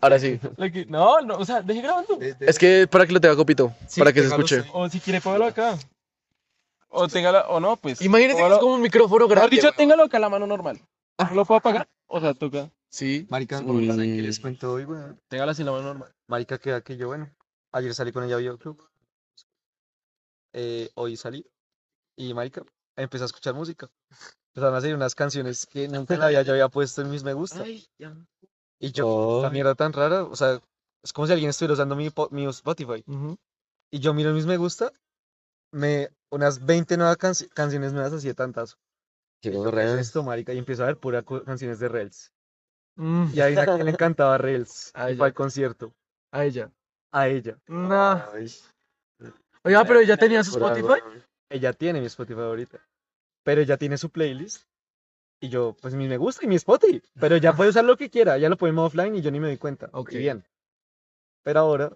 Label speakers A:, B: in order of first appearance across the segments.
A: Ahora sí.
B: Lo que- No, no, o sea, deje grabando.
A: Es que para que lo tenga copito,
C: Sí,
A: para que se
C: pégalo,
A: escuche.
C: sí.
B: O si quiere, póngalo acá. O téngala, o no, pues.
A: Imagínate que
B: póngalo-
A: es como un micrófono
B: Mejor
A: grande. Ah.
B: dicho,
A: weón.
B: téngalo acá a la mano normal. No lo puedo apagar. O sea, toca.
A: Sí.
C: Marica,
A: Uy.
C: ¿saben qué les cuento hoy, weón?
B: Téngala así la mano normal.
C: Marica, que, que yo, bueno, ayer salí con ella a videoclub. Eh, hoy salí y, marica, empecé a escuchar música. Empezaron a hacer unas canciones que nunca en la vida yo había puesto en mis me gusta. Y yo, ¿qué es esta
B: Ay.
C: mierda tan rara, o sea, es como si alguien estuviera usando mi, po- mi Spotify. Y yo miro mis me gusta, me, unas 20 nuevas canci- canciones nuevas así de tantas. ¿Qué es esto, marica? Y empiezo a ver puras canciones de Reels.
A: Mm,
C: Y a ella que le encantaba Reels.
B: A
C: y
B: ella.
C: fue al concierto.
B: A ella.
C: A ella.
B: No.
A: Ay,
B: Oiga, pero ya tenía su
A: por algo,
B: Spotify.
A: weón.
C: Ella tiene mi Spotify ahorita. Pero ella tiene su playlist. Y yo, pues mi me gusta y mi Spotify. Pero ella puede usar lo que quiera. Ya lo pone en modo offline y yo ni me doy cuenta.
B: Ok.
C: Y bien. Pero ahora,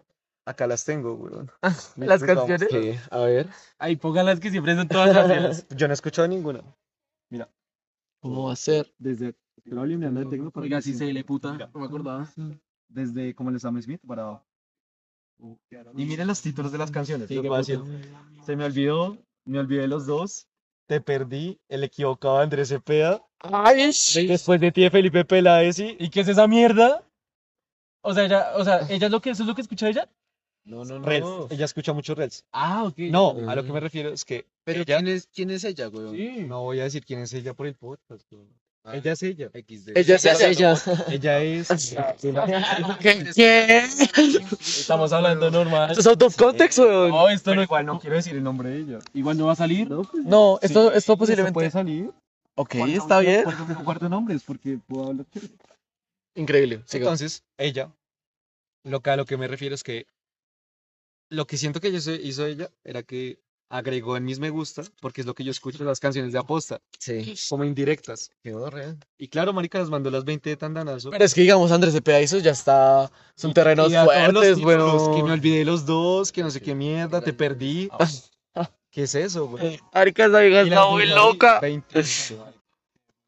C: acá las tengo, weón. Me
B: Ah, Las
C: explicamos.
B: canciones.
A: ¿Qué? A ver.
B: Ahí póngalas que siempre son todas las mismas.
C: Yo no he escuchado ninguna.
A: ¿Cómo va a ser?
D: Desde. Pero eliminando el tecno para
B: Oiga,
D: que
B: sí
D: se-
B: se le puta.
D: Mira.
B: No me acordaba.
D: Desde como el Sam Smith para abajo.
C: Y miren los títulos de las canciones.
D: Sí,
C: lo que
D: qué
C: voy a
D: puto.
C: decir. Se me olvidó, me olvidé los dos. Te perdí, el equivocado Andrés Cepeda.
A: Ay,
C: Después de ti, de Felipe Peláez y...
B: ¿Y qué es esa mierda? O sea, ella, o sea, ella es lo que, eso es lo que escucha ella.
A: No, no,
C: Rels. Ella escucha mucho Rels.
B: Ah, ok.
C: No, a lo que me refiero es que
E: Pero
C: ella-
E: ¿quién es, quién es ella, weón?
C: no voy a decir quién es ella por el podcast. weón.
E: Ah.
C: Ella es ella.
E: XD.
A: Ella es ella.
C: Ella es...
A: ¿Qué? ¿Qué?
B: Estamos hablando normal.
A: Esto es out of context, weón.
B: No, esto no
C: Igual no quiero decir el nombre de ella.
B: Igual no va a salir.
D: No, pues,
A: No, esto, esto
D: pues, se
A: posiblemente.
D: puede salir.
A: Ok,
D: Guarda
A: está
D: un-
A: bien.
D: guarda- Guarda nombres porque puedo hablar. chévere.
A: Increíble. Siga.
C: Entonces, ella, lo que a lo que me refiero es que lo que siento que ella hizo- hizo ella era que agregó en mis me gusta, porque es lo que yo escucho las canciones de aposta,
E: Sí.
C: como indirectas. Y claro, marica, las mandó las 20 de tandanazo.
A: Pero es que digamos, Andrés Cepeda, eso ya está. Son terrenos
C: Y a todos los
A: fuertes,
C: títulos, Que me
A: weón.
C: olvidé los dos, que no sé qué mierda, te
E: Ah,
C: perdí. ¿Qué es eso, güey?
A: Arica, esa vieja Eh,
C: Y
A: está
C: las
A: muy
C: dejó ahí
A: loca.
C: 20.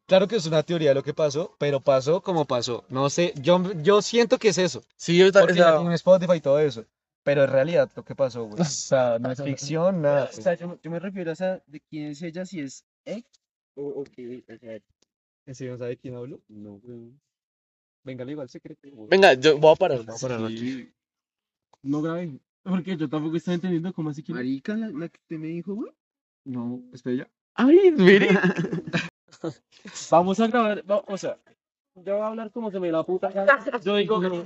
C: Claro que es una teoría de lo que pasó, pero pasó como pasó. No sé, yo, yo siento que es eso.
A: Sí, yo
C: Porque ya tiene Spotify y todo eso. Pero en realidad, lo que pasó, güey. O sea, no es ficción, nada.
E: O sea, yo, yo me refiero a esa de quién es ella, si es ex o, o qué. o sea,
C: ¿En serio no sabe quién habló? No, Venga, le digo al secreto.
A: Venga, yo voy a parar. Voy a parar aquí.
D: Sí.
B: No grabé. Porque yo tampoco estoy entendiendo cómo así que.
E: Marica, la, la que usted me dijo, weón.
D: No, espera ya.
A: Ay, mire.
B: Vamos a grabar. va- o sea, yo voy a hablar como se me la puta. gana. Yo digo, por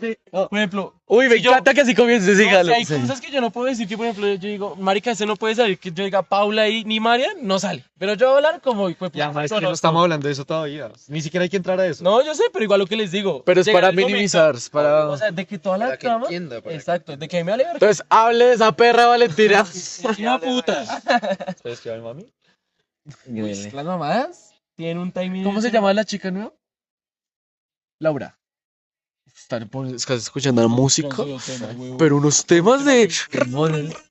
B: ejemplo,
A: Uy, me
B: Sí, yo-
A: encanta que así comience,
B: no, o
A: sígalo.
B: sea, hay cosas que yo no puedo decir. Que, por ejemplo, yo digo, Marica, ese no puede salir. Que yo diga Paula y ni María, no sale. Pero yo voy a hablar como. hijo de puta,
C: Ya, más que no
B: conozco.
C: estamos hablando de eso todavía. Ni siquiera hay que entrar a eso.
B: No, yo sé, pero igual lo que les digo.
A: Pero es
B: llegar
A: para
B: el momento-
A: minimizar, es para.
B: O sea, de que toda la
E: Para que
B: trama.
E: entienda. Para
B: Exacto, de que me vale ver.
A: Entonces, hable de esa perra Valentina.
B: Una puta.
C: ¿Ustedes qué hablan, mami?
B: Las mamadas tienen un timing.
A: ¿Cómo se llama la chica nueva? Laura. Están por- es que estás escuchando la música, pero unos temas de.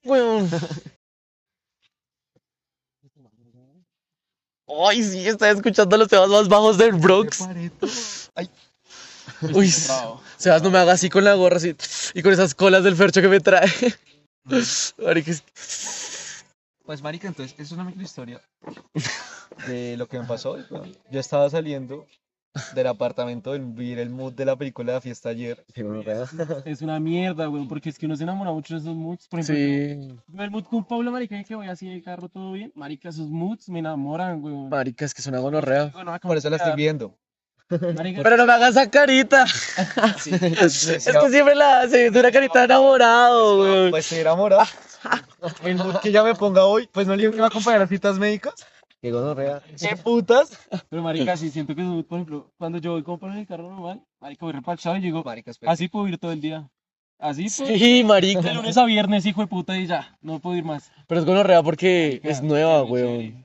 A: Weón. Ay, sí, está escuchando los temas más bajos del Bronx. Uy, Sebas, no me haga así con la gorra así, y con esas colas del fercho que me trae. Marica, es-
C: Pues, marica, entonces, es una microhistoria de lo que me pasó hoy, weón. Yo estaba saliendo del apartamento de vivir el mood de la película de la fiesta ayer.
B: Es una mierda, güey, porque es que uno se enamora mucho de esos moods. Por ejemplo,
A: Sí,
B: yo el mood con Pablo, marica, que voy así de carro, todo bien. Marica, esos moods me enamoran, güey.
A: marica, es que es una gonorrea.
B: Bueno,
C: Por eso la estoy viendo.
B: Marica,
A: Pero no me hagas esa carita. Es que siempre la hace, es una carita de enamorado, weón.
C: Pues estoy enamorado. El mood que ya me ponga hoy, pues no le iba a acompañar a citas médicas. Qué gonorrea. ¿Qué putas?
B: pero marica, sí, siento que esos moods, por ejemplo, cuando yo voy con Pablo en el carro normal, marica, voy repachado y digo,
C: Marica, espera.
B: así puedo ir todo el día. Así, pues,
A: Sí,
B: de
A: marica.
B: lunes a viernes, hijo de puta, y ya, no puedo ir más.
A: Pero es gonorrea porque es
B: Marica,
A: nueva,
B: sí,
A: weón.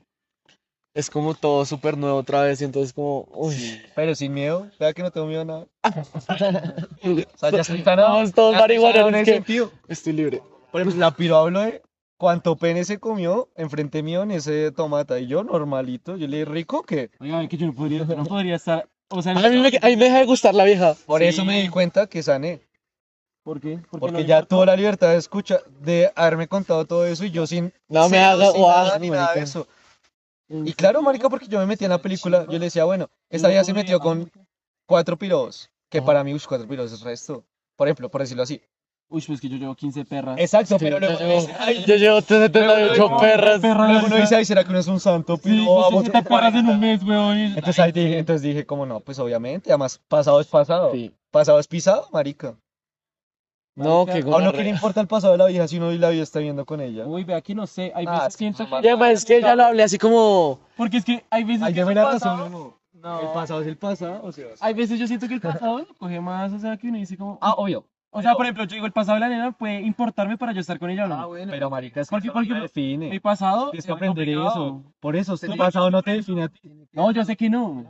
A: Es como todo súper nuevo otra vez y entonces como... Uy.
C: Pero sin miedo, ¿verdad que no tengo miedo a nada? o sea, ya estoy tan
A: Estamos todos
C: ya estoy
A: marihuanos,
C: sanado en
A: es
C: ese
A: que-
C: sentido.
A: Estoy libre.
C: Por ejemplo, la piro habló de cuánto pene se comió enfrente mío en ese tomata. Y yo, normalito, yo le dije, rico que
B: Oiga, que yo no podría, yo no podría estar O sea,
A: A mí, me, a mí me deja de gustar la vieja.
C: Por eso me di cuenta que sané.
D: ¿Por qué? Porque,
C: Porque ya tuvo la libertad de escucha, de haberme contado todo eso y yo sin.
A: No me
C: celos,
A: haga-
C: sin nada,
A: guau,
C: ni nada de
A: marica.
C: eso. Y claro, marica, porque yo me metí en la película, yo le decía, bueno, esta vieja se metió con cuatro piros, que
A: Ajá.
C: para mí, uy, cuatro piros es resto. Por ejemplo, por decirlo así.
B: Uy, pues que yo llevo 15 perras.
C: Exacto,
A: Sí,
C: pero
A: yo,
C: luego uno
A: llevo,
C: dice, ay,
A: yo llevo 378
C: luego-
A: perras.
B: Perra
C: luego uno
B: la-
C: dice, ay, ¿será que uno es un santo?
B: Sí,
C: Pero
B: pues,
C: vamos,
B: 60 perras en un mes, weón. y-
C: Entonces ahí dije, entonces dije, como no, pues obviamente, además pasado es pasado,
A: Sí.
C: pasado es pisado, marica.
A: No,
B: Marica,
A: que
C: A uno
A: gonorrea.
C: que le importa el pasado de la vieja si uno la vida está viendo con ella.
B: Uy, ve aquí no sé, hay
C: Ah,
B: veces
C: es que
B: siento
C: mamá.
A: Y además es que ya lo hablé así como.
B: Porque es que hay veces
C: Ahí
B: que
C: debe
B: el
C: la
B: pasado-
C: razón, ¿no?
B: No.
C: El pasado es el pasado, o sea.
B: Hay veces yo siento que el pasado lo coge más, o sea, que uno dice como...
C: Ah, obvio.
B: o sea, por ejemplo, yo digo, el pasado de la nena puede importarme para yo estar con ella o no.
C: Pero marica, es que
B: Porque-
C: eso no
B: porque-
C: te define.
B: Mi pasado
C: Tienes
B: es
C: que aprender
B: complicado.
C: eso. Por eso, tu pasado no te define a ti.
B: No, yo sé que no.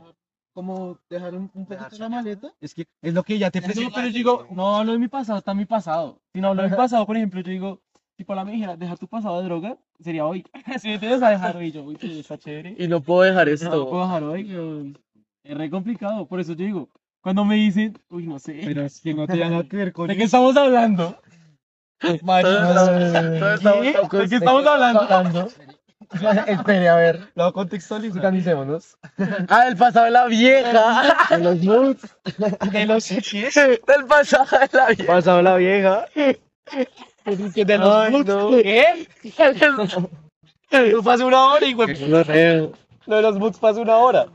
E: Como dejar un, un pedacito en la maleta.
C: Es que es lo que ya te
B: No, pero yo digo, no hablo de mi pasado, está mi pasado. Si no hablo de mi pasado, por ejemplo, yo digo, si para me dijera, dejar tu pasado de droga, sería hoy. si me tienes a dejar hoy, yo, uy, pues, está chévere.
A: Y no pues, puedo dejar
B: No lo
A: esto.
B: puedo dejar hoy, weón. es re complicado. Por eso yo digo, cuando me dicen, uy, no sé,
C: Pero es que no te van a ver con
B: ¿de qué estamos hablando?
A: Todos estamos
B: ¿Qué?
A: locos.
B: ¿De qué estamos hablando?
A: Espere, a ver.
C: Lo contextualicemos.
A: Ah, el pasado de la vieja. De los moods.
C: De los que
A: Del pasado de la vieja.
C: Pasado la vieja.
A: De los moods. ¿Qué?
C: Tú pasas una hora y güey.
A: Gonorrea.
C: Lo de los books pasa una hora.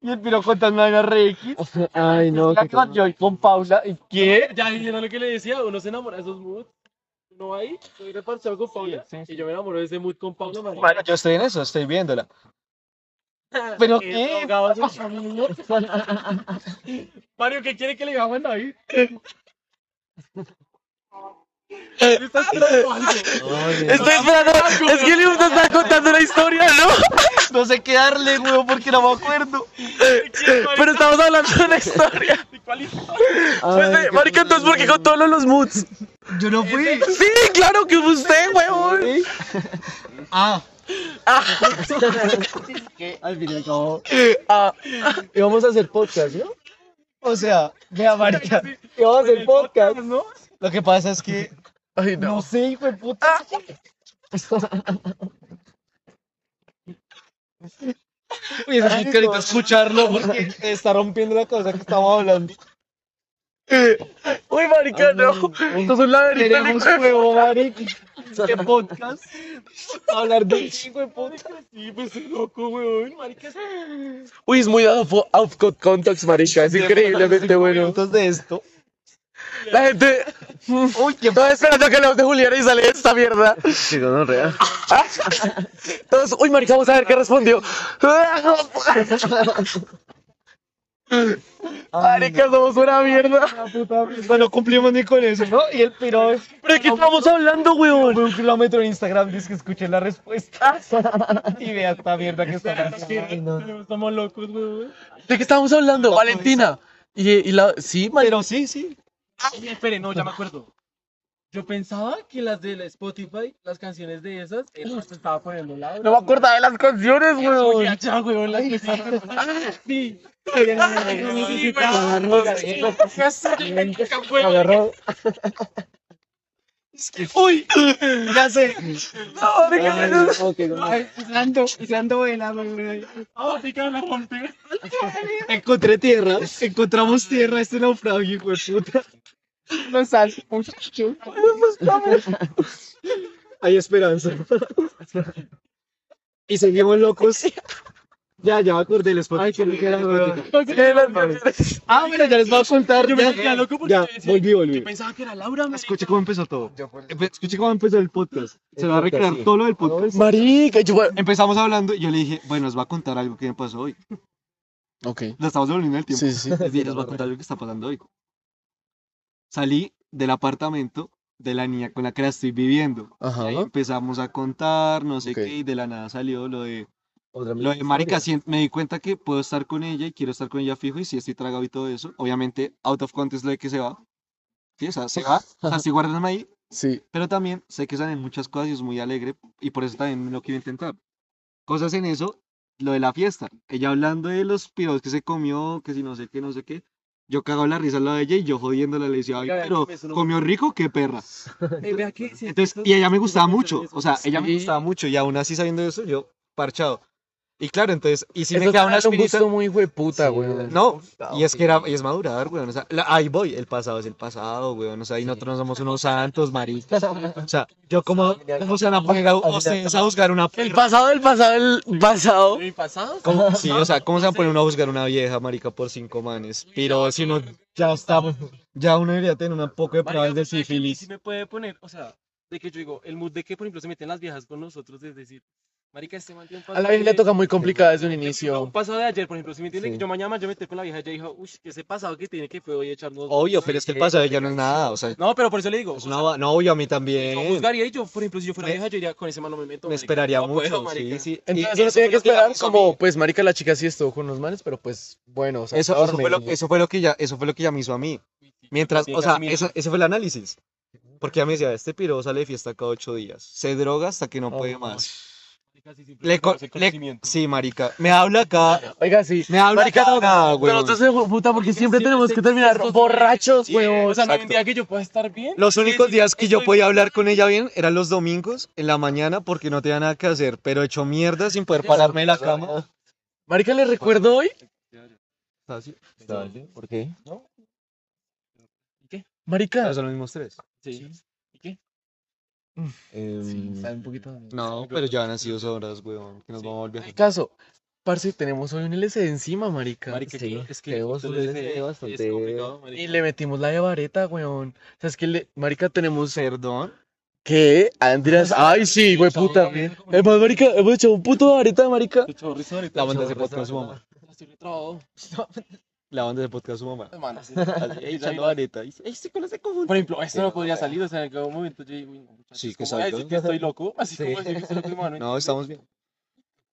C: Y el piro contando una re X.
A: Ay, no.
C: La
A: qué
C: que yo y con Paula. ¿Y qué?
B: Ya vieron lo que le decía, uno se enamora de esos moods. Uno va ahí, soy reparchado con Paula,
C: sí,
B: y yo me enamoro de ese mood con Paula, marica.
C: Bueno, yo estoy en eso, estoy viéndola. ¿Pero
B: Y
C: qué?
B: drogados en camino. Mario, ¿qué quiere que le diga a Juan David? ¿Estás haciendo algo?
A: Estoy esperando. Es que Liu nos está contando la historia, ¿no?
C: No sé qué darle, güey, porque no me acuerdo.
B: ¿Qué quieres, marica?
A: Pero estamos hablando de la historia. Pues, eh,
B: ¿De cuál historia?
A: Espérate, Marica, entonces, ¿por qué contó lo de los moods?
C: Yo no fui.
A: Sí, claro que fue usted, huevón.
C: Ah,
A: Al fin y al cabo. Ah,
C: íbamos a hacer podcast, ¿no? O sea, vea, marica. Íbamos a hacer podcast.
B: ¿No?
C: Lo que pasa es que.
A: ay,
C: No
A: no.
C: sé, hijo de puta. Uy, eso es muy carito escucharlo porque está rompiendo la cosa que estamos hablando.
A: Uy, marica, no. Esto es un laberinto. de
C: Queremos huevo, marica. ¿Qué podcast? Hablar de un chico de puta.
B: Sí, pues loco, weón, marica.
A: Uy, es muy out of, out of context, marica. Es increíblemente bueno.
C: Minutos de esto.
A: La gente.
C: Uy, qué
A: Todos esperando que hablemos de Juliana y sale esta mierda. Ah.
C: chido, no real.
A: Todos. Uy, marica, vamos a ver qué respondió. Marica, somos una mierda.
C: No cumplimos ni con eso, ¿no? Y el piro
A: ¿Pero de qué estamos hablando,
C: Por
A: huevón?
C: un kilómetro en Instagram dice que escuché la respuesta. Y vea esta mierda que está pasando.
B: Estamos locos, weón.
A: ¿De qué estamos hablando? Valentina. Y, y la. Sí, marica.
C: Pero sí, sí.
B: Ay, espere, no, ya me acuerdo. Yo pensaba que las de la Spotify, las canciones de esas, pues, él las estaba poniendo Laura.
A: No me acordaba de las canciones,
B: Oye,
A: huevón.
B: ya, weón, las que estaba poniendo. Sí. Sí, weón.
C: Agarró. Uy, ya sé.
A: No, marica,
E: Pisando, pisando vela, güey.
B: Ah, sí, que la rompe.
C: Encontré tierra. Encontramos tierra. Este naufragio, hijo de puta.
E: Los sal, muchacho.
C: Hay esperanza. Y seguimos locos. Ya, ya me acordé el spot. Ah, mira, ya les voy a contar.
B: Yo me
C: ya,
B: sentía loco porque
C: ya,
B: yo decía-
C: volví, volví.
B: Pensaba que era Laura, me
D: Escuché cómo empezó todo. Eh, pues, Escuché cómo empezó el podcast. Se va a recrear todo lo del podcast.
A: Marica, yo.
D: Empezamos hablando y yo le dije, bueno, les voy a contar algo que me pasó hoy.
A: Ok.
D: Lo estamos devolviendo el tiempo.
A: Sí, sí.
D: Les dije, les voy a contar lo que está pasando hoy. Salí del apartamento de la niña con la que la estoy viviendo.
A: Ajá.
D: Ahí empezamos a contar, no sé
A: Ok.
D: qué, y de la nada salió lo de...
C: Otra
D: Lo de marica, sí, me di cuenta que puedo estar con ella y quiero estar con ella fijo y si estoy tragado y todo eso. Obviamente, out of context lo de que se va. Sí, o sea, se va, o sea, sí, guárdame ahí.
A: Sí.
D: Pero también sé que salen muchas cosas y es muy alegre y por eso también lo quiero intentar.
C: Cosas en eso, lo de la fiesta. Ella hablando de los piros que se comió, que si no sé qué, no sé qué. Yo cagaba la risa al lado de ella y yo jodiéndola le decía, ay,
B: Oiga, vea,
C: pero
B: dime, eso no me
C: comió rico, qué perra.
B: Eh, vea que sí,
C: Entonces,
B: eso-
C: y ella me
B: eso
C: gustaba
B: también
C: mucho,
B: es-
C: o sea, ella me
A: Sí.
C: gustaba mucho y aún así sabiendo eso, yo parchado. Y claro, entonces, y si me
A: Eso
C: queda una
A: era un
C: espinita,
A: gusto muy hijo de puta,
F: Sí,
A: weón.
C: no, y es que era, y es madurar, weón, o sea, la- ahí voy, el pasado es el pasado, weón, o sea, y nosotros no somos unos santos, maricas, o sea, yo como, ¿cómo se van a poner a- ustedes a juzgar una
A: El
C: perra?
A: pasado, el pasado, el pasado.
B: ¿Mi pasado?
C: ¿Cómo- Sí, o sea, ¿cómo se van a poner uno a juzgar una vieja, marica, por cinco manes? Pero si uno ya está, ya uno debería tener un poco de
B: Marica,
C: pruebas de
B: pero ¿sabe qué? A mí Sí
C: sífilis.
B: me puede poner, o sea, de que yo digo, el mood de que, por ejemplo, se meten las viejas con nosotros, es decir, marica, este man tiene un
A: A la
B: pasado
A: vieja le
B: de-
A: toca muy complicada desde un
B: Un
A: inicio.
B: pasado de ayer, por ejemplo, si me entienden,
C: Sí.
B: yo mañana yo me metí con la vieja, ella dijo, uy, ese pasado que tiene que fue hoy echarnos.
C: Obvio, pero es que el pasado ya no es nada, o sea,
B: No, pero por eso le digo,
C: es
B: o
C: una,
B: sea,
C: va- no, obvio, a mí
B: yo
C: también.
B: juzgaría y yo, por ejemplo, si yo fuera
C: Me-
B: vieja, yo iría con ese man no me meto.
C: Me
B: marica.
C: esperaría
B: No puedo,
C: mucho,
B: marica.
C: sí, sí.
A: Entonces
C: Y
A: uno tiene que
C: fue lo
A: esperar
C: hizo a mí.
A: como, pues, marica, la chica sí estuvo con unos manes, pero pues, bueno, o sea,
C: Eso, eso
A: ahorme,
C: fue lo,
A: ¿no?
C: eso fue lo que ya, eso fue lo que ya me hizo a mí. Mientras,
B: Sí,
C: o sea,
B: Casimiro.
C: eso, ese fue el análisis. Porque ya me decía, este piro sale de fiesta cada ocho días. Se droga hasta que no
A: Ah,
C: puede
A: no.
C: más.
B: Marica, sí, siempre
C: Le,
B: se
C: co-
B: conoce el
C: le-
B: conocimiento.
C: sí, marica. Me habla cada,
A: Oiga, sí.
C: me habla
A: Marica,
C: cada,
A: Pero
C: weón.
A: entonces, hijo de puta, porque siempre
B: Siempre
A: tenemos
B: se-
A: que terminar
B: nosotros-
A: borrachos,
B: Sí,
A: weón.
B: o sea, no hay un
C: exacto.
B: día que yo pueda estar bien.
C: Los
B: Sí,
C: únicos
B: sí,
C: días que yo
B: estoy-
C: podía hablar con ella bien eran los domingos en la mañana porque no tenía nada que hacer, pero hecho mierda sin poder pararme de la cama. Ah,
A: Marica, le recuerdo hoy.
F: ¿Por qué?
A: Marica,
C: Pero son los mismos tres.
B: Sí. ¿Y qué?
C: Mm.
F: Em,
A: sabe un poquito de-
C: No, pero ya han sido dos horas, weón, que nos vamos a volver.
A: El caso, parce, tenemos hoy un LC encima, marica.
B: Marica,
F: sí,
B: claro, es que
F: tenemos
B: el
F: un
B: LSD
F: LSD bastante-
B: Es complicado, marica.
A: Y le metimos la de vareta, weón. O sea, es que, le... marica, tenemos...
C: Perdón.
A: ¿Qué? Andrés, ay, sí, güey, puta. Además, marica, hemos echado un puto de vareta, marica.
B: Tu chorizo ahorita,
C: La banda
B: chorizo
C: se podcast a su mamá.
B: ahorita, estoy retrabado.
C: La banda se podcast a su mamá.
B: Hermano, sí.
C: Así,
B: Y
C: echando
B: la-
C: vareta. Y dice, "Ey, sí, con ese conjunto".
B: Por ejemplo, esto no podría salir, o sea, en algún momento yo digo, uy, no, muchachos,
C: Sí, que
B: ¿cómo voy a decir
C: salga.
B: que estoy loco, así
F: Sí.
B: como decir que estoy loco, hermano.
C: No, estamos bien.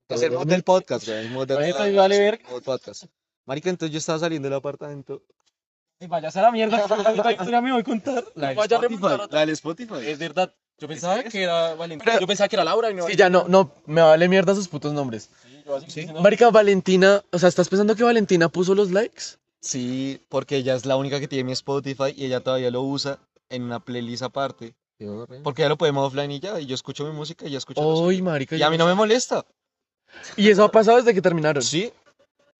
F: Todo
C: Es el mod
F: bien.
C: del podcast, weón, el mod del
B: Eso ahí vale ver.
C: mod podcast. Marica, entonces yo estaba saliendo del apartamento.
B: Ay, Vayas a la mierda, la historia me voy a contar.
C: La del
B: Vaya a
C: Spotify.
B: remontar otra.
C: La del Spotify.
B: Es verdad, yo pensaba que era Valentina,
A: Pero-
B: yo pensaba que era Laura y no.
A: Sí, ya no, no, me vale mierda sus putos nombres.
B: Sí, yo así que diciendo,
A: Marica, Valentina, o sea, ¿estás pensando que Valentina puso los likes?
C: Sí, porque ella es la única que tiene mi Spotify y ella todavía lo usa en una playlist aparte. Porque ya lo podemos offline y ya. Y yo escucho mi música y ya escucho. la suya.
A: Uy, marica.
C: Y
A: yo
C: a mí no me molesta.
A: sé. Y eso ha pasado desde que terminaron.
C: Sí.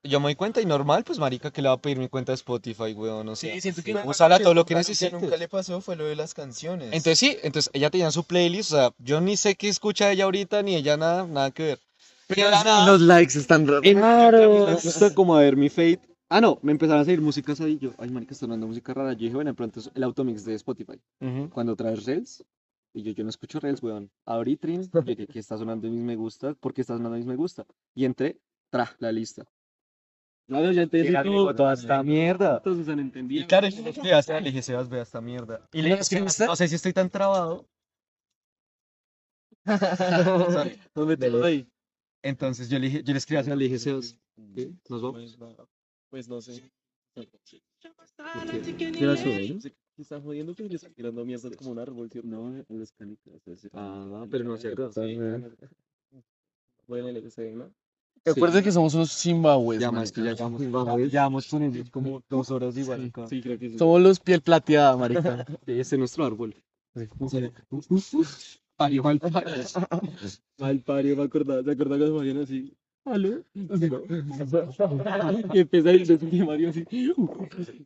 C: Yo me doy cuenta y normal, pues marica, que le va a pedir mi cuenta de Spotify, weón. O sea,
B: Sí, siento
F: Pues,
B: que
C: úsala todo lo que necesites.
F: nunca le pasó fue lo de las canciones.
C: Entonces sí, entonces ella tenía su playlist, o sea, yo ni sé qué escucha ella ahorita, ni ella nada, nada que ver. Pero nada,
A: Los likes están raros.
C: gusta como a ver mi fate. Ah, no, me empezaron a salir músicas ahí, yo, ay, marica, están dando música rara. Yo dije, bueno, de pronto es el automix de Spotify.
A: Ujú.
C: Cuando traes Reels, y yo, yo no escucho Reels, weón. Abrí Trim, yo dije, ¿qué está sonando en mis me gusta? ¿Por qué está sonando en mis me gusta? Y entré, tra, la lista. Claro, ya entendí todo, toda esta mierda.
B: todos se han entendido.
C: Y claro, yo le escribí a Sebas, le dije, Sebas, vea esta mierda. Y le
A: ¿No escribiste?
C: No sé si estoy tan trabado. Sorry.
B: ¿Dónde te
F: Dele.
B: ahí?
C: Entonces yo le dije, yo le escribí a Sebas, le dije, Sebas, ¿qué? ¿Nos vamos?
B: Pues, no, pues no sé.
C: ¿Qué era eso?
B: Se están jodiendo que le están tirando mierda como un árbol, tío. No, en las canicas.
C: Ah, pero no se acá.
B: Bueno, el LSD, ¿no?
A: Recuerden que somos unos chimbahues.
C: Ya más
A: marica.
C: que ya llegamos, ya vamos con ellos como dos horas igual. acá.
B: Sí, creo que sí.
A: Somos los piel plateada, marica.
C: Este es nuestro árbol. "Uh,
B: Pario, mal pario. Mal pario, me acordaba, ¿te acordás cuando Mariano así? ¿Aló? Así, ¿no? Y empieza a irse de Mario así.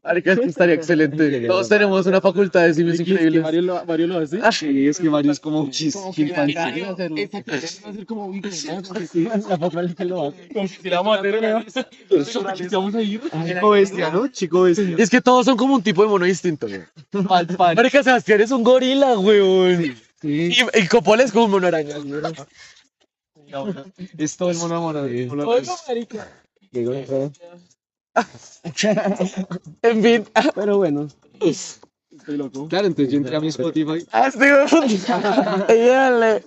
A: Marica, es que estaría excelente. Todos tenemos una facultad de cines
B: Y es que
A: increíbles.
B: Mario lo, Mario lo hace.
C: Sí, es que Mario es como un chis.
B: Mario hacerlo. Exacto, va a ser como un La forma en la que lo hace. Como si la vamos a hacer, ¿no? Si vamos a ir.
C: Chico bestia, ¿no? Chico bestia.
A: Es que todos son como un tipo de mono distinto, güey. Marica Sebastián es un gorila, weón. Y, y Coppola es como un mono araña.
C: Es todo el mono mono.
B: Oiga, marica.
A: En fin.
C: Pero bueno.
B: Estoy loco.
C: Claro, entonces yo entré a mi Spotify.
A: Ah, este weón. Y dale.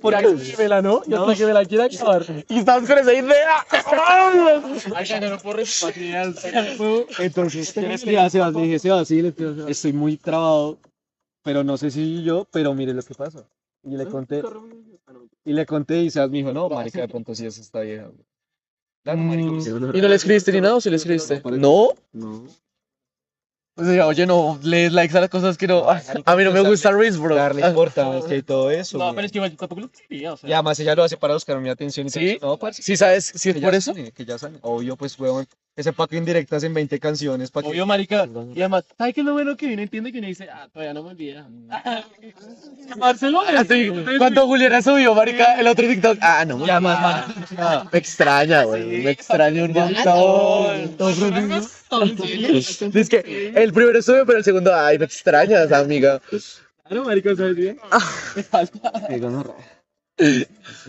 B: me la no, y hasta que me la quiera acabar.
A: Y estamos con esa idea.
B: Ay, ya no puedo respirar.
C: Entonces, yo le escribí a Sebas, le dije, Sebas, sí, le escribí a Sebas, estoy muy trabado, pero no sé si yo, pero mire lo que pasa. Y le conté, Y le conté y Sebas me dijo, no, marica, de pronto sí es esta vieja, güey. Claro, marica, pues,
A: ¿Y no le escribiste ni nada o sí le escribiste?
C: parece.
A: No.
C: No.
A: O sea, oye, no, lees likes a las cosas que no. Ah, A mí no me gusta Reels, bro.
C: Darle
A: Ah,
C: importancia y todo eso,
B: No,
C: güey.
B: pero es que igual tampoco lo quería, o sea.
C: Y además ella lo hace para buscar mi atención y todo
A: ¿Sí?
C: eso. No, parce,
A: ¿Sí sabes si es
C: que
A: por
C: ya
A: eso?
C: sale, que ya sale. Obvio, pues, weón. Ese pack de indirectas en 20 canciones. Pa que...
B: Obvio, marica. Y además, ¿sabes qué es lo bueno que uno entiende? Que uno dice, ah, todavía no me olvida. Ah, Marcelo,
A: Así, Ah, ¿Cuánto Juliana subió, marica? El otro TikTok. Ah, no,
B: Ya más, más.
A: me extraña, güey. Me extraña un montón. Dice que el primero sube, pero el segundo, ay, me extrañas, amiga.
B: Claro, marica, ¿sabes bien?
C: Qué gonorrea.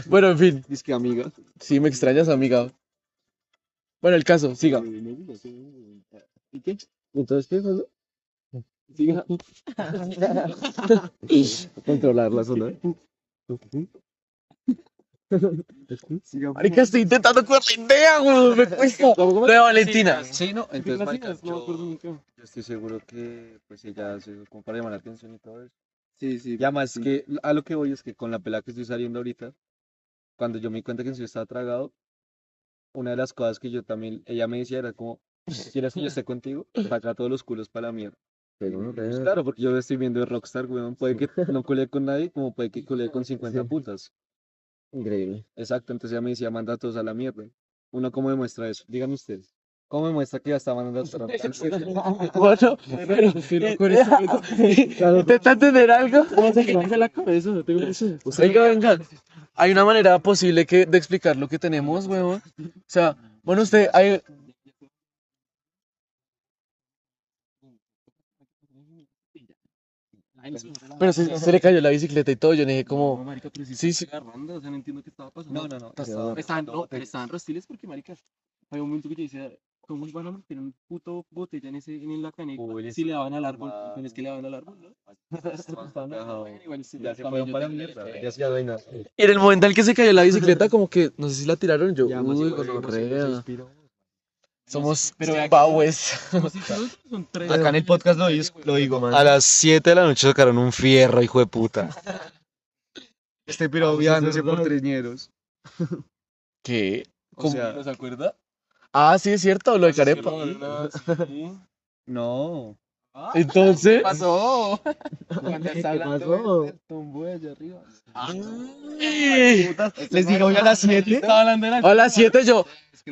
A: Bueno, en fin,
C: Dice que amiga.
A: sí, me extrañas, amiga. Bueno, el caso, siga.
C: eh, ¿Y qué? Entonces, ¿qué pasó? Siga. Controlar la zona. Siga.
A: Marica, estoy intentando con la idea, güey. Me cuesta. De Valentina.
C: Sí, no, pues, entonces, marica,
B: Gracias, no me
C: yo,
B: acuerdo nunca.
C: yo estoy seguro que, pues, ella hace eso como para llamar la atención y todo eso.
G: Sí, sí.
C: Ya más que a lo que voy es que con la pelada que estoy saliendo ahorita, cuando yo me di cuenta que yo estaba tragado, una de las cosas que yo también, ella me decía era como, ¿quieres que yo esté contigo? Saca todos los culos para la mierda. Pues claro, porque yo estoy viendo de Rockstar, weón. Puede que no colé con nadie, como puede que colé con 50 putas.
H: Increíble.
C: Exacto, entonces ella me decía, manda a todos a la mierda. Uno, ¿cómo demuestra eso? Díganme ustedes. ¿Cómo demuestra que ya está mandando a todos a la mierda?
A: Bueno, pero. Intenta entender algo.
B: ¿Cómo se quita la cabeza? No tengo eso.
A: Oiga, vengan. Hay una manera posible que, de explicar lo que tenemos, huevón. O sea, bueno, usted, hay,
B: Mm, Ay, no sé.
A: pero se, se le cayó la bicicleta y todo. Yo le dije,
B: No,
A: como,
B: marica, pero sí,
A: Sí,
B: sí,
A: sí.
B: agarrando, o sea, no entiendo qué estaba pasando.
C: No, no, no.
B: Estaban, no, pero estaban hostiles porque, marica, había un momento que yo decía, ¿cómo iban a meter un puto botella en, ese, en la caneca
C: Uy,
B: si le daban al árbol?
C: madre.
B: Pero es que le daban al árbol, ¿no? Estaban-
C: Ajá.
B: bueno, igual sí,
C: Ya se
B: también
C: fueron
B: yo
C: para la
B: tenía-
C: mierda. Ya se ya no hay nada.
A: y en el momento en el que se cayó la bicicleta, como que, no sé si la tiraron yo.
C: Ya, más
A: Uy,
C: igual, digamos, si
A: gonorrea.
C: no se inspiró.
A: Somos
B: Pero vea que-
A: Zimbabwes.
B: Como si todos son tres.
C: Acá en el podcast lo, dis- lo digo,
A: man.
C: A las 7 de la noche sacaron un fierro, hijo de puta. Este pirobiándose por treñeros.
A: ¿Qué?
C: O sea,
B: ¿Se acuerda?
A: Ah, sí, es cierto, lo de Carepa.
C: no.
A: Entonces.
G: pasó? Cuando
C: ¿Qué
G: está hablando
C: pasó?
G: del tumbo de allá arriba.
A: Ah. Ay.
C: Les digo hoy a las 7.
B: Estaba hablando de la...
A: Hoy a las 7 yo.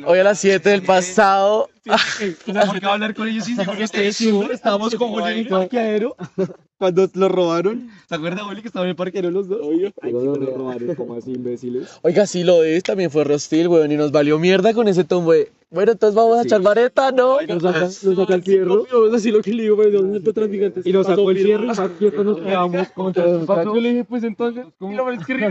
A: Hoy a las 7 del pasado.
B: O sea, ¿por qué va a hablar con ellos sin seguro ustedes?
C: Estábamos con Juli en el parqueadero. Cuando lo robaron. ¿Se acuerda, Juli, que estaba en el parqueadero los dos? Obvio. lo robaron, como así, imbéciles.
A: Oiga, sí lo es, también fue Rostil, weón, y nos valió mierda con ese tombo. de, Bueno, entonces vamos a echar vareta, ¿no?
C: Nos saca, nos saca el fierro.
B: así lo que le digo, pero no traficantes.
C: Y nos sacó el fierro y más quietos nos quedamos contra los
B: Yo
C: muchachos.
B: le dije, pues entonces, ¿cómo? lo es que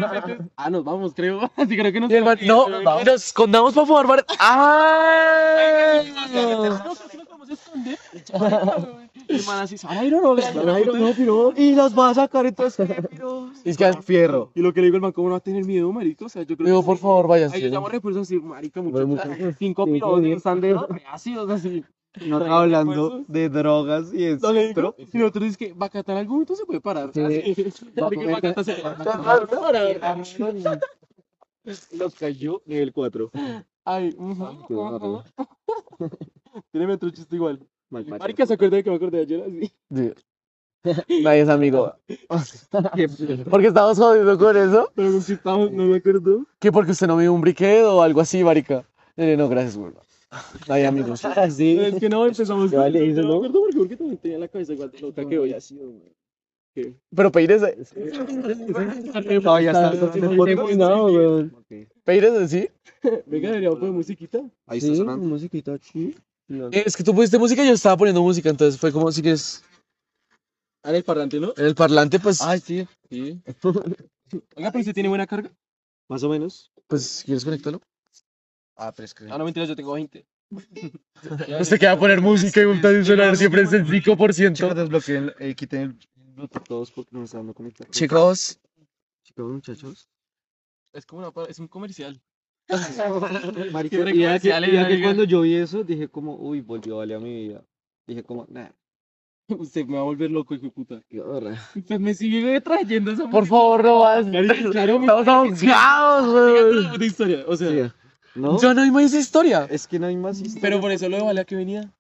B: Ah, nos vamos, creo. Así creo que nos
A: Y el man, no, y nos escondamos para fumar vareta. ¡Ah!
B: No, creo que nos vamos a esconder. El man así, Sarairo no, pues,
C: Y nos va a sacar entonces.
A: Y es que,
C: Fierro.
B: Y lo que le digo el man, ¿cómo no vas a tener miedo, marico? O sea, yo creo
A: digo,
B: que...
A: por favor, váyanse.
B: Ahí estamos refuerzos así, marica, mucho. Cinco piros,
C: diez.
B: están de reacios, así.
C: No
B: Traigan
C: hablando
B: refuerzos.
C: de drogas y
B: No le
C: eso.
B: digo, y el otro dice que Bacatán en algún momento se puede parar. Marica, Bacatán se
C: Los cayó nivel 4.
B: Ay, ujú, ujú. Tíreme otro chiste igual.
C: Marica,
B: Marica, ¿se acuerda de que me acordé de ayer así?
A: Nadie es amigo. Porque estamos jodiendo con eso.
B: Pero con que estamos, no me acuerdo.
A: Que porque usted no vio un briquet o algo así, marica. Eh, no, gracias, weón. Nadie amigos.
B: Pero es que no, empezamos.
C: Ya vale, eso,
B: no me
C: ¿no?
B: acuerdo porque, porque también tenía la cabeza igual de loca que hoy. así.
A: Pero Peirese,
C: No, ya está. está terminado, weón.
A: Peirese, ¿sí?
B: Venga, deberíamos poner musiquita.
C: Ahí está sonando.
G: musiquita
A: Eh, Es que tú pusiste música y yo estaba poniendo música, entonces fue como si quieres.
B: Ah, en el parlante, ¿no?
A: En el parlante, pues,
C: sí.
B: Sí. Oiga, pero usted tiene buena carga.
C: Más o menos.
A: pues, ¿quieres conectarlo?
C: Ah, pero es que.
B: Ah, no, mentira, yo tengo 20.
A: Usted que va a poner música y un tal sonar siempre es el 5%.
C: Chicos, desbloqueen, eh, quiten el Bluetooth todos porque no me están dando conectar.
A: Chicos,
C: Chicos, muchachos.
B: Es como una, pa- es un comercial.
C: Marica,
B: Qué
C: y ya que,
B: recomerciales,
C: y ya que
B: marica.
C: cuando yo vi eso, dije como, uy, volvió vale a mi vida. Dije como, nah.
B: Usted me va a volver loco, hijo de puta.
D: Qué horror.
B: Usted me sigue trayendo esa
A: Por favor, no vas.
B: Marica, claro, mi
A: Estamos ahogados, weón.
B: puta historia. O sea,
D: Sí. ¿No?
A: Ya no hay más historia.
D: Es que no hay más historia. Ah,
B: pero por eso lo de Balea que venía.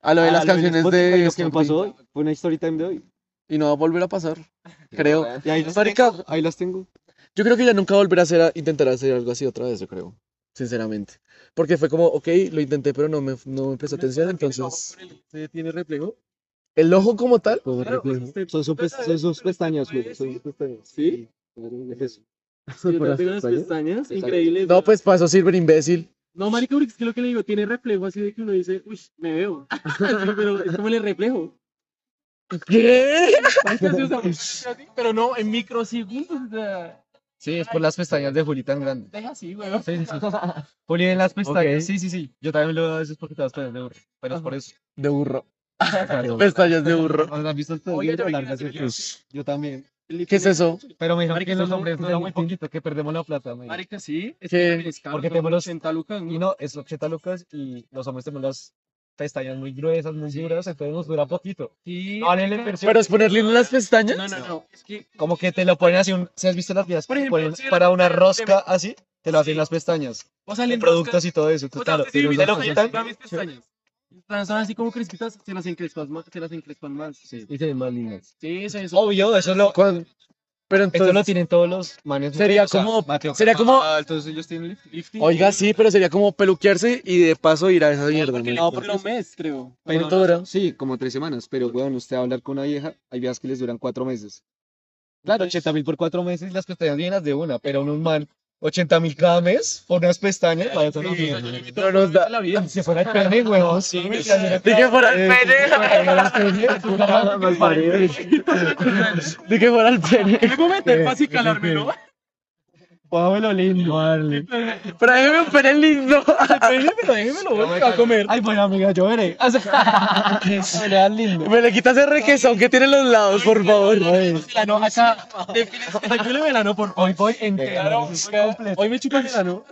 A: A
C: Ah,
A: lo de las canciones de.
D: Lo que me pasó hoy fue una story time de hoy.
A: Y no va a volver a pasar. Creo.
D: Y ahí las,
A: Marica,
D: ahí las tengo.
A: Yo creo que ya nunca volverá a hacer, a- intentar hacer algo así otra vez, yo creo. Sinceramente. Porque fue como, ok, lo intenté, pero no me, no me prestó atención, entonces.
B: ¿Usted tiene reflejo?
A: El ojo como tal,
D: Como
B: Claro, pues,
D: reflejo.
B: usted-
D: son, sus
B: usted
D: pes-
B: sabe,
D: son sus
B: usted
D: pestañas,
B: puede
D: güey. Son sus
B: decir.
D: pestañas.
B: ¿Sí?
D: Claro, es eso.
B: Yo tengo unas
D: pestañas?
B: pestañas
D: Exacto.
B: increíbles.
A: no, pues pasó Silver imbécil.
B: No, marica, porque es que lo que le digo, tiene reflejo así de que uno dice, uy, me veo. Sí, pero es como el reflejo.
A: ¿Qué?
B: Marica, sí, o sea, parece así, pero no, en microsegundos. o sea,
C: Sí, es por las pestañas de Juli tan grandes.
B: deja así, weón.
C: Sí, sí, sí. Juli en las pestañas.
A: Ok.
C: Sí, sí, sí. Yo también lo veo a veces porque te vas a de Pero es por eso.
A: De burro.
C: Claro.
A: Pestañas de burro.
C: Pues, ¿No ¿Has visto estas
B: Oiga, yo me
C: largas?
B: quiero hacer
C: Yo también.
A: ¿Qué es eso?
C: Pero me dijeron
B: Marica,
C: que los
B: son-
C: hombres
B: son
C: dura muy
B: muy
C: poquito, que perdemos la plata. me dijeron.
B: Marica, sí. Es
A: ¿Qué?
B: también es caro,
C: Porque
B: son
C: tengo los-
B: 80 lucas, ¿no?
C: Y no, es 80 lucas y los hombres tenemos las pestañas muy gruesas, muy duras, entonces nos dura poquito.
B: Sí.
C: No vale la inversión.
A: ¿Pero es ponerle en las pestañas?
B: No, no, no. Es que
C: Como que te lo ponen así, un, si has visto las vías,
B: Por ejemplo, si la
C: para una
B: pestaña no te
C: rosca así, te lo hacen
B: Sí.
C: las pestañas,
B: O sea,
C: con
B: le
C: productos y todo
B: O
C: eso.
B: sea,
C: Entonces, claro,
B: usted sí
C: te lo
B: mira
C: lo
B: las
C: quitan
B: pestañas, mis pestañas. Están- Son así como crespitas, se las encrespan más. Se las encrespan más. Sí,
C: y se ven más lindas. Oh,
B: eso es.
C: Obvio, eso es lo,
A: Cuan- Pero
C: esto lo
A: entonces,
C: tienen todos los manes.
A: Sería como- sería como-
C: Ah, entonces ellos tienen lift.
B: lifting.
A: oiga, sí, pero sería como peluquearse y de paso ir a esa
B: No,
A: mierda.
B: porque
A: marica.
B: le dura un mes, creo.
A: Pero no dura.
D: Sí, como tres semanas. Pero, weón, usted va a hablar con una vieja. Hay viejas que les duran cuatro meses.
C: Claro, 80 mil por cuatro meses las pestañas llenas de una, pero en un man, 80 mil cada mes por unas pestañas, vaya, eso no tiene.
A: No nos da.
B: La vida.
C: Se fuera el pene, huevón, sí.
A: Dije fuera
B: Eh,
A: el
C: pene.
A: pene. Dije fuera el pene.
B: Me puedo meter fácil calarme, ¿no?
C: Pámelo lindo. Vale.
A: Pero déjeme un pene lindo.
B: Pero déjemelo, güey, que va a comer.
C: Ay, bueno, amiga, yo veré. O sea, le da lindo.
A: Me le quitas ese requesón que tiene los lados, por favor.
B: La no, acá. Tranquilo, me la no, por
C: Hoy voy entero.
B: Hoy me chupan el ano.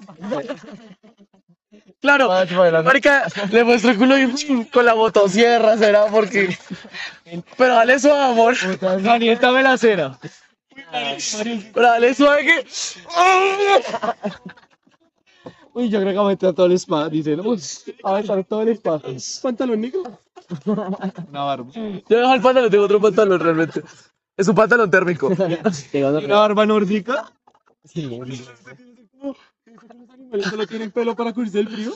A: Claro, marica, le muestro el culo y con la motosierra, será porque... Pero dale suave, amor.
C: Daniel, dame la cera.
A: Pero dale suave que...
C: Uy, yo creo que me entra todo el spa. Dice, uy, a entrar todo el spa.
B: Pantalón negro.
C: Una barba.
A: Yo dejo el pantalón, tengo otro pantalón realmente. Es un pantalón térmico.
C: Una barba nórdica.
B: Pero solo tienen pelo para cubrirse el frío.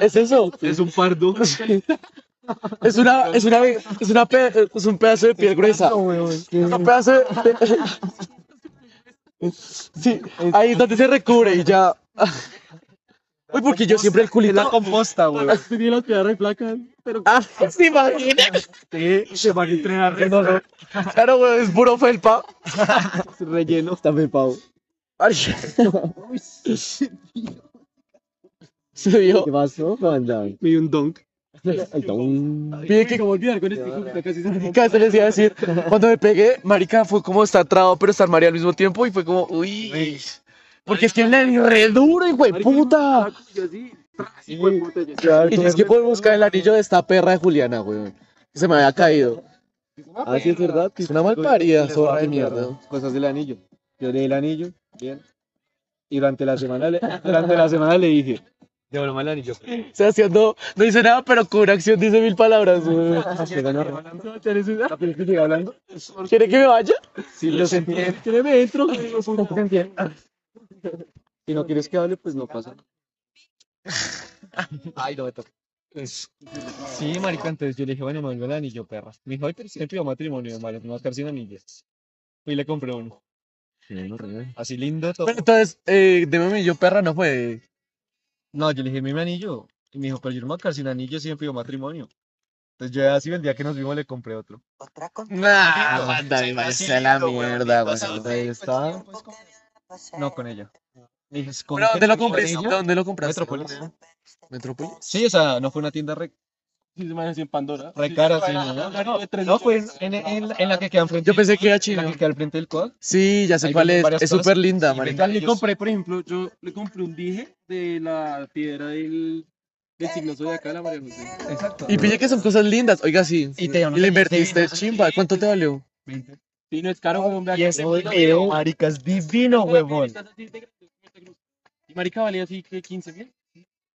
A: Es eso.
C: Es un pardo.
A: Es una, es una, es una, pe- es un pedazo de piel gruesa. Es un pedazo de... Sí, ahí es donde se recubre y ya... Uy, porque yo siempre el
C: Es la
A: culito...
C: composta, güey.
B: Tenía las piedras flacas. Pero
A: Ah, ¿se imagina?
C: Se van a entrenar.
A: Claro, güey, es puro felpa.
D: Relleno. También, pavo.
A: Ay. Se vio.
D: ¿Qué pasó, banda?
C: Me dio un donk.
D: Ay, don.
A: Pide que
B: ¿cómo olvidar con este hijo? Casi se me
A: casi les iba a decir. Cuando me pegué, marica, fue como estar trabado pero estar mareado al mismo tiempo y fue como, uy. Porque es que le di re duro, hijo de puta.
B: Yo así. Así, güey, puta. yo así.
C: Ah,
A: Y es que puedo buscar el anillo de esta perra de Juliana, güey. Se me había caído.
D: Así es verdad.
A: Es una malparida, zorra de mierda.
D: Cosas del anillo. Yo le di el anillo. Bien. Y durante la semana le, durante la semana le dije. Devuelve el anillo.
A: Se haciendo, no dice nada, pero con una acción dice mil palabras, güey.
D: ¿Tienes que seguir hablando?
A: ¿Quiere que me vaya?
D: Sí, lo sentí.
B: Créeme, entro. güey, hijo de puta.
D: Si no quieres que hable, pues no pasa.
C: Ay, no me toca. Pues, Sí, marica, entonces yo le dije, bueno, me vuelve el anillo, perra. Me dijo, ay, pero siempre iba matrimonio, hermano, no vas a quedar sin anillos. Fui y le compré uno. Así lindo todo.
A: Bueno, entonces, eh, démeme yo, perra, no fue.
C: No, yo le dije, mi anillo. Y me dijo, pero yo no me voy a quedar sin anillo, siempre iba matrimonio. Entonces yo así, el día que nos vimos, le compré otro.
A: Nah, mándame, Ah, parece la mierda, güey. Ahí está.
I: pues,
C: No, con ella. Le dije, "¿Con
A: Pero,
C: qué
A: ¿dónde lo
C: con
A: compraste?
C: ella?".
A: ¿Dónde lo compraste?
C: Metrópolis.
A: ¿Metrópolis?
C: Sí, o sea, no fue una tienda re,
B: Sí, se me hace en Pandora.
C: re cara, sí,
B: para-
C: no, no,
B: para-
C: no,
B: de tres
C: no, fue en,
B: millones.
C: en- en- en la que queda enfrente.
A: Yo pensé que era
C: En la
A: chino.
C: que queda al frente del quad.
A: Sí, ya sé
C: Ahí
A: cuál
C: venden
A: es.
C: varias
A: Es
C: cosas
A: súper linda,
C: y
A: marica.
C: venden
B: Yo
C: anillos.
B: compré, por ejemplo, yo le compré un dije de la piedra del, del signo zodiacal a María José.
J: Exacto.
A: Y pille que son cosas lindas. Oiga, sí.
K: Y te dio
A: Y le
K: una
A: invertiste, chimba. ¿Cuánto te valió?
B: Sí, no es caro, weón. vea
K: Y
B: que-
K: ese video, marica, es divino, huevón.
B: Y marica valía así que 15 mil.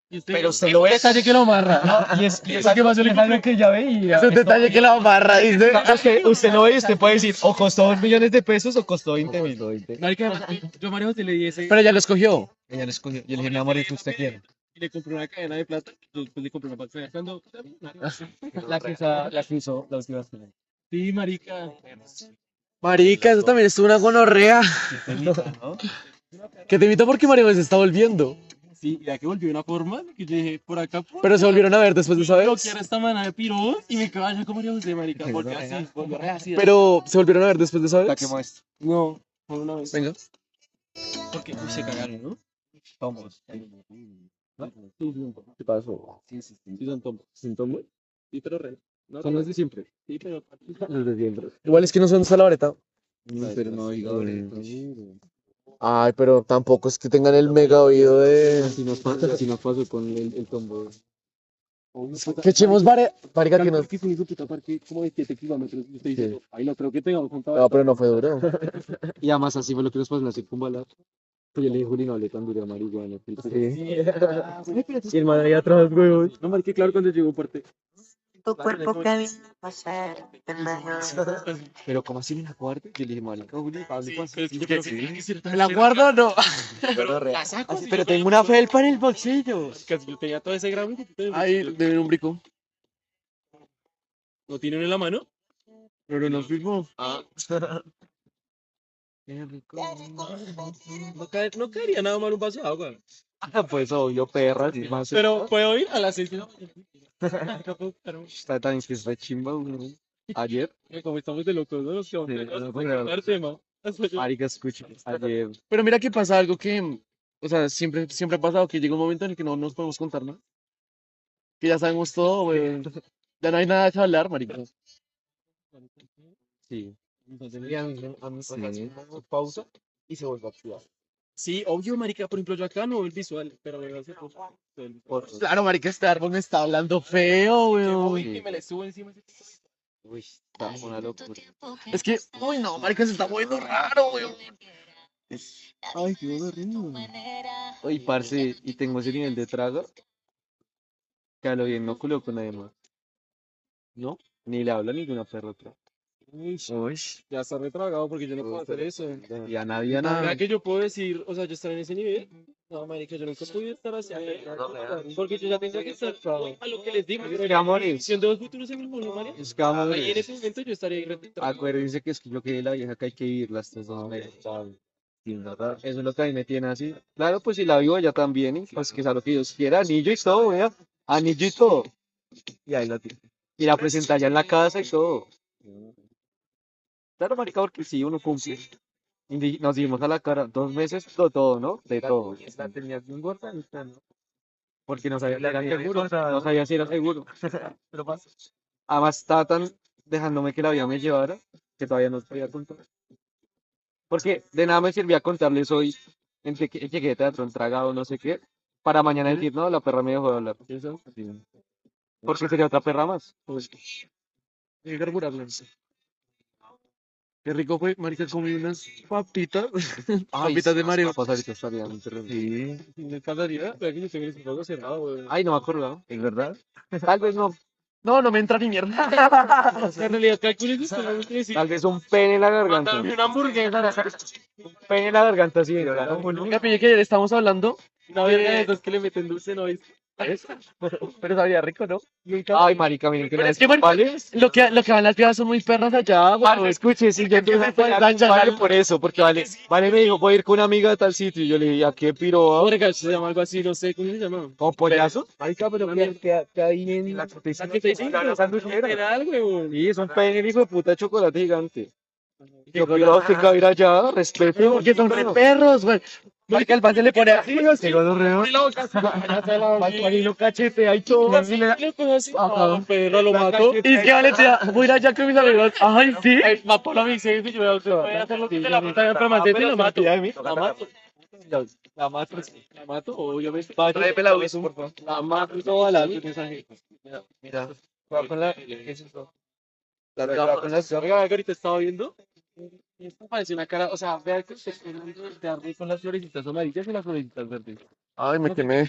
B: Y usted,
K: Pero usted lo ve.
L: Detalle que lo amarra.
K: No, y es y es algo- y es algo que ya veía.
A: Es un detalle que la amarra, dice.
K: Usted, usted lo ve y usted puede decir, o costó 2 millones de pesos o costó 20 mil.
B: marica, yo a María José le di ese
A: Pero ya lo escogió.
K: Ella le escogió. Y le dije, mi amor, ¿y qué usted quiere?
B: y le compré una cadena de plata. y Después le compré una pantalla. Cuando.
L: La que, usa- la que usó la última semana.
B: Sí, marica.
A: Marica, eso también es una gonorrea. Que te invito porque María José está volviendo.
B: Sí, ya que volvió de una forma que yo dije, por acá, por
A: Pero se volvieron a ver después de esa vez.
B: bloquear a esta manada de piros y me caballo con María José, marica. Volvió así, volvió re así.
A: Pero se volvieron a ver después de esa
C: La
A: vez.
C: que muestra.
B: No, por una vez.
A: Venga.
B: Porque uy, se cagaron, ¿no?
K: Vamos.
B: ¿Qué pasó? Sí, sí, sí. son tombos. ¿Son tombos? Sí, pero re. son los de siempre. Sí, pero. Los de siempre.
A: Igual es que no son hasta la vareta.
B: Pero no, oiga,
A: Ay, pero tampoco es que tengan el mega oído de.
B: Si nos pasa, si nos pasa con el, el tombo.
A: Que echemos vare... Marica, que
B: Calculo
A: no.
B: que es un hijo de puta parque como de 7 kilómetros. Y usted dice, ahí no creo que tengamos contado.
A: No, pero no fue duro.
B: Y además así fue lo que nos pasó en la circunvalar. Pues yo le dije, Juli, no hablé tan duro a marihuana. Ah,
K: Y el man ahí atrás, huevón.
B: No, marica, claro, cuando llegó parte.
I: Tu cuerpo camina a pasar, pendejo.
B: Pero como así en la cuarta, yo le dije, marica, Juli, hazle pasar. Y pues, yo, "Sí,
A: ¿La guardo o no?
B: así,
K: Pero tengo una felpa en el bolsillo.
B: Casi yo tenía todo ese gramo.
A: Ay, de un brico.
B: ¿Lo tienen en la mano? Pero no firmó. Ah. Qué rico. No, cae- no caería nada mal un vaso de agua. Ah,
C: Pues obvio, perra. si más se-
B: Pero puedo ir a las 6 de la mañana.
C: Está tan es que es re chimba, güey. Ayer,
B: Como estamos de locos, eh, ¿no? Nos quedamos
C: Sí,
B: pegados
C: no,
B: para
C: claro.
B: sacar tema. Hasta yo-
C: marica, escucha. Ayer,
A: Pero mira que pasa algo que, o sea, siempre, siempre ha pasado que llega un momento en el que no nos podemos contar nada. Que ya sabemos todo, güey. Ya no hay nada que hablar, marica.
C: sí. Y a mí, a mí,
B: Sí.
C: hace una pausa y se vuelve a activar.
B: Sí, obvio, marica. Por ejemplo, yo acá no veo el visual, pero me hace poco.
C: Por-
A: Claro, marica, este árbol me está hablando feo,
B: Uy,
A: güey.
B: que me le subo encima. ese tipo de-
C: Uy, está una locura.
A: Es que, uy, no, marica, se está moviendo raro, güey.
C: Ay, qué horrible. Oye, parce, y tengo ese nivel de trago que a lo bien no culo con nadie más. No, ni le habla ninguna perra otra.
B: Uy,
C: Uy,
B: ya está retragado porque yo no puedo hacer eso.
C: y a nadie,
B: Mira
C: a nada.
B: que yo puedo decir, o sea, yo estar en ese nivel. No, marica, yo nunca pude estar así. Porque yo ya tenía que estar muy a lo que les digo.
C: Ya morir.
B: Si en dos futuros en el mundo, marica.
C: Es que Ah, va a Ah,
B: Y en
C: morir.
B: ese momento yo estaría ahí retractado.
C: Acuérdense que es que yo que la vieja que hay que vivirla estos dos meses. Sin nada. Eso es lo que a mí me tiene así. Claro, pues si la vivo ya también, y pues que sea lo que Dios quiera, anillo y todo, vea. Anillo y todo. Y ahí la tiene. Y la presenta ya en la casa y todo. Claro, marica, porque si uno cumple. Y di- nos dimos a la cara dos meses, todo, todo, ¿no? De todo. La tenías bien gorda, ¿no? Porque no sabía si era seguro, no sabía si era seguro. Pero pasa. Además, estaba tan dejándome que la vida me llevara, que todavía no os podía contar. Porque de nada me servía contarles hoy, entre que llegué de teatro, tragado, no sé qué, para mañana decir, no, la perra me dejó de hablar. Porque sería otra perra más.
A: Tiene que carburarlo. Qué rico fue, marica, comí unas papitas. papitas de Mario.
C: Pues ahorita estaría en terreno.
B: Me encantaría. Pero que yo estoy un poco cerrado, weón.
C: Ay, no me acuerdo. ¿Es verdad? Tal vez no.
A: No, no me entra ni mierda.
B: En realidad, calculen que usted no quiere decir.
C: Tal vez un pene en la garganta.
B: Dame una hamburguesa.
C: Un pene en la garganta, sí.
A: Ah,
C: ¿verdad?
A: Venga, pille, que ayer estábamos hablando,
B: Una verga de dos que le meten dulce, ¿no es?
A: pero sabía rico, ¿no?
C: Ay, marica, miren que una
A: Pero
C: vez
A: es que, bueno,
C: ¿vale?
A: Lo que, lo que van las viejas son muy perras allá, güey.
C: Parce, escuche, si yo empiezo a
A: pues,
C: pelear
A: la
C: con Vale
A: charla.
C: por eso, porque Vale, Vale me dijo, voy a ir con una amiga a tal sitio, y yo le dije, ¿a qué piro?
B: Verga, se llama algo así, no sé cómo se llama.
C: ¿Como pollazo?
B: Marica, pero que
C: ahí en la
B: la que te dicen, pero literal, weón.
C: Sí, es un pene, hijo de puta, chocolate gigante. Yo piro, te cabe ir allá, respeto.
A: Porque son re perros, güey. Marica, el pan se le pone así, güey.
C: Se lo dorreo.
A: Ah, Marica, cachete, ahí todo.
B: Ah, Pedro lo mató.
A: Y es que vale, tía, voy a ir allá con mis amigos. Ay, sí.
B: Mapó la mi y yo voy a hacer lo que te la puta de enferma, te lo mato. La mato. Ya, La mato, la mato, obviamente. Tráeme la Wiz, por favor. La mato, no, la Wiz, mensaje. Mira, mira, cuidado
A: eh,
B: con la. ¿Qué es eso? La cuidado con la. Oiga, que ahorita estaba viendo. y- Y esto parece una cara, o sea, vea que se está hablando de arroz con las florecitas amarillas y las florecitas verdes.
A: Ay, me quemé.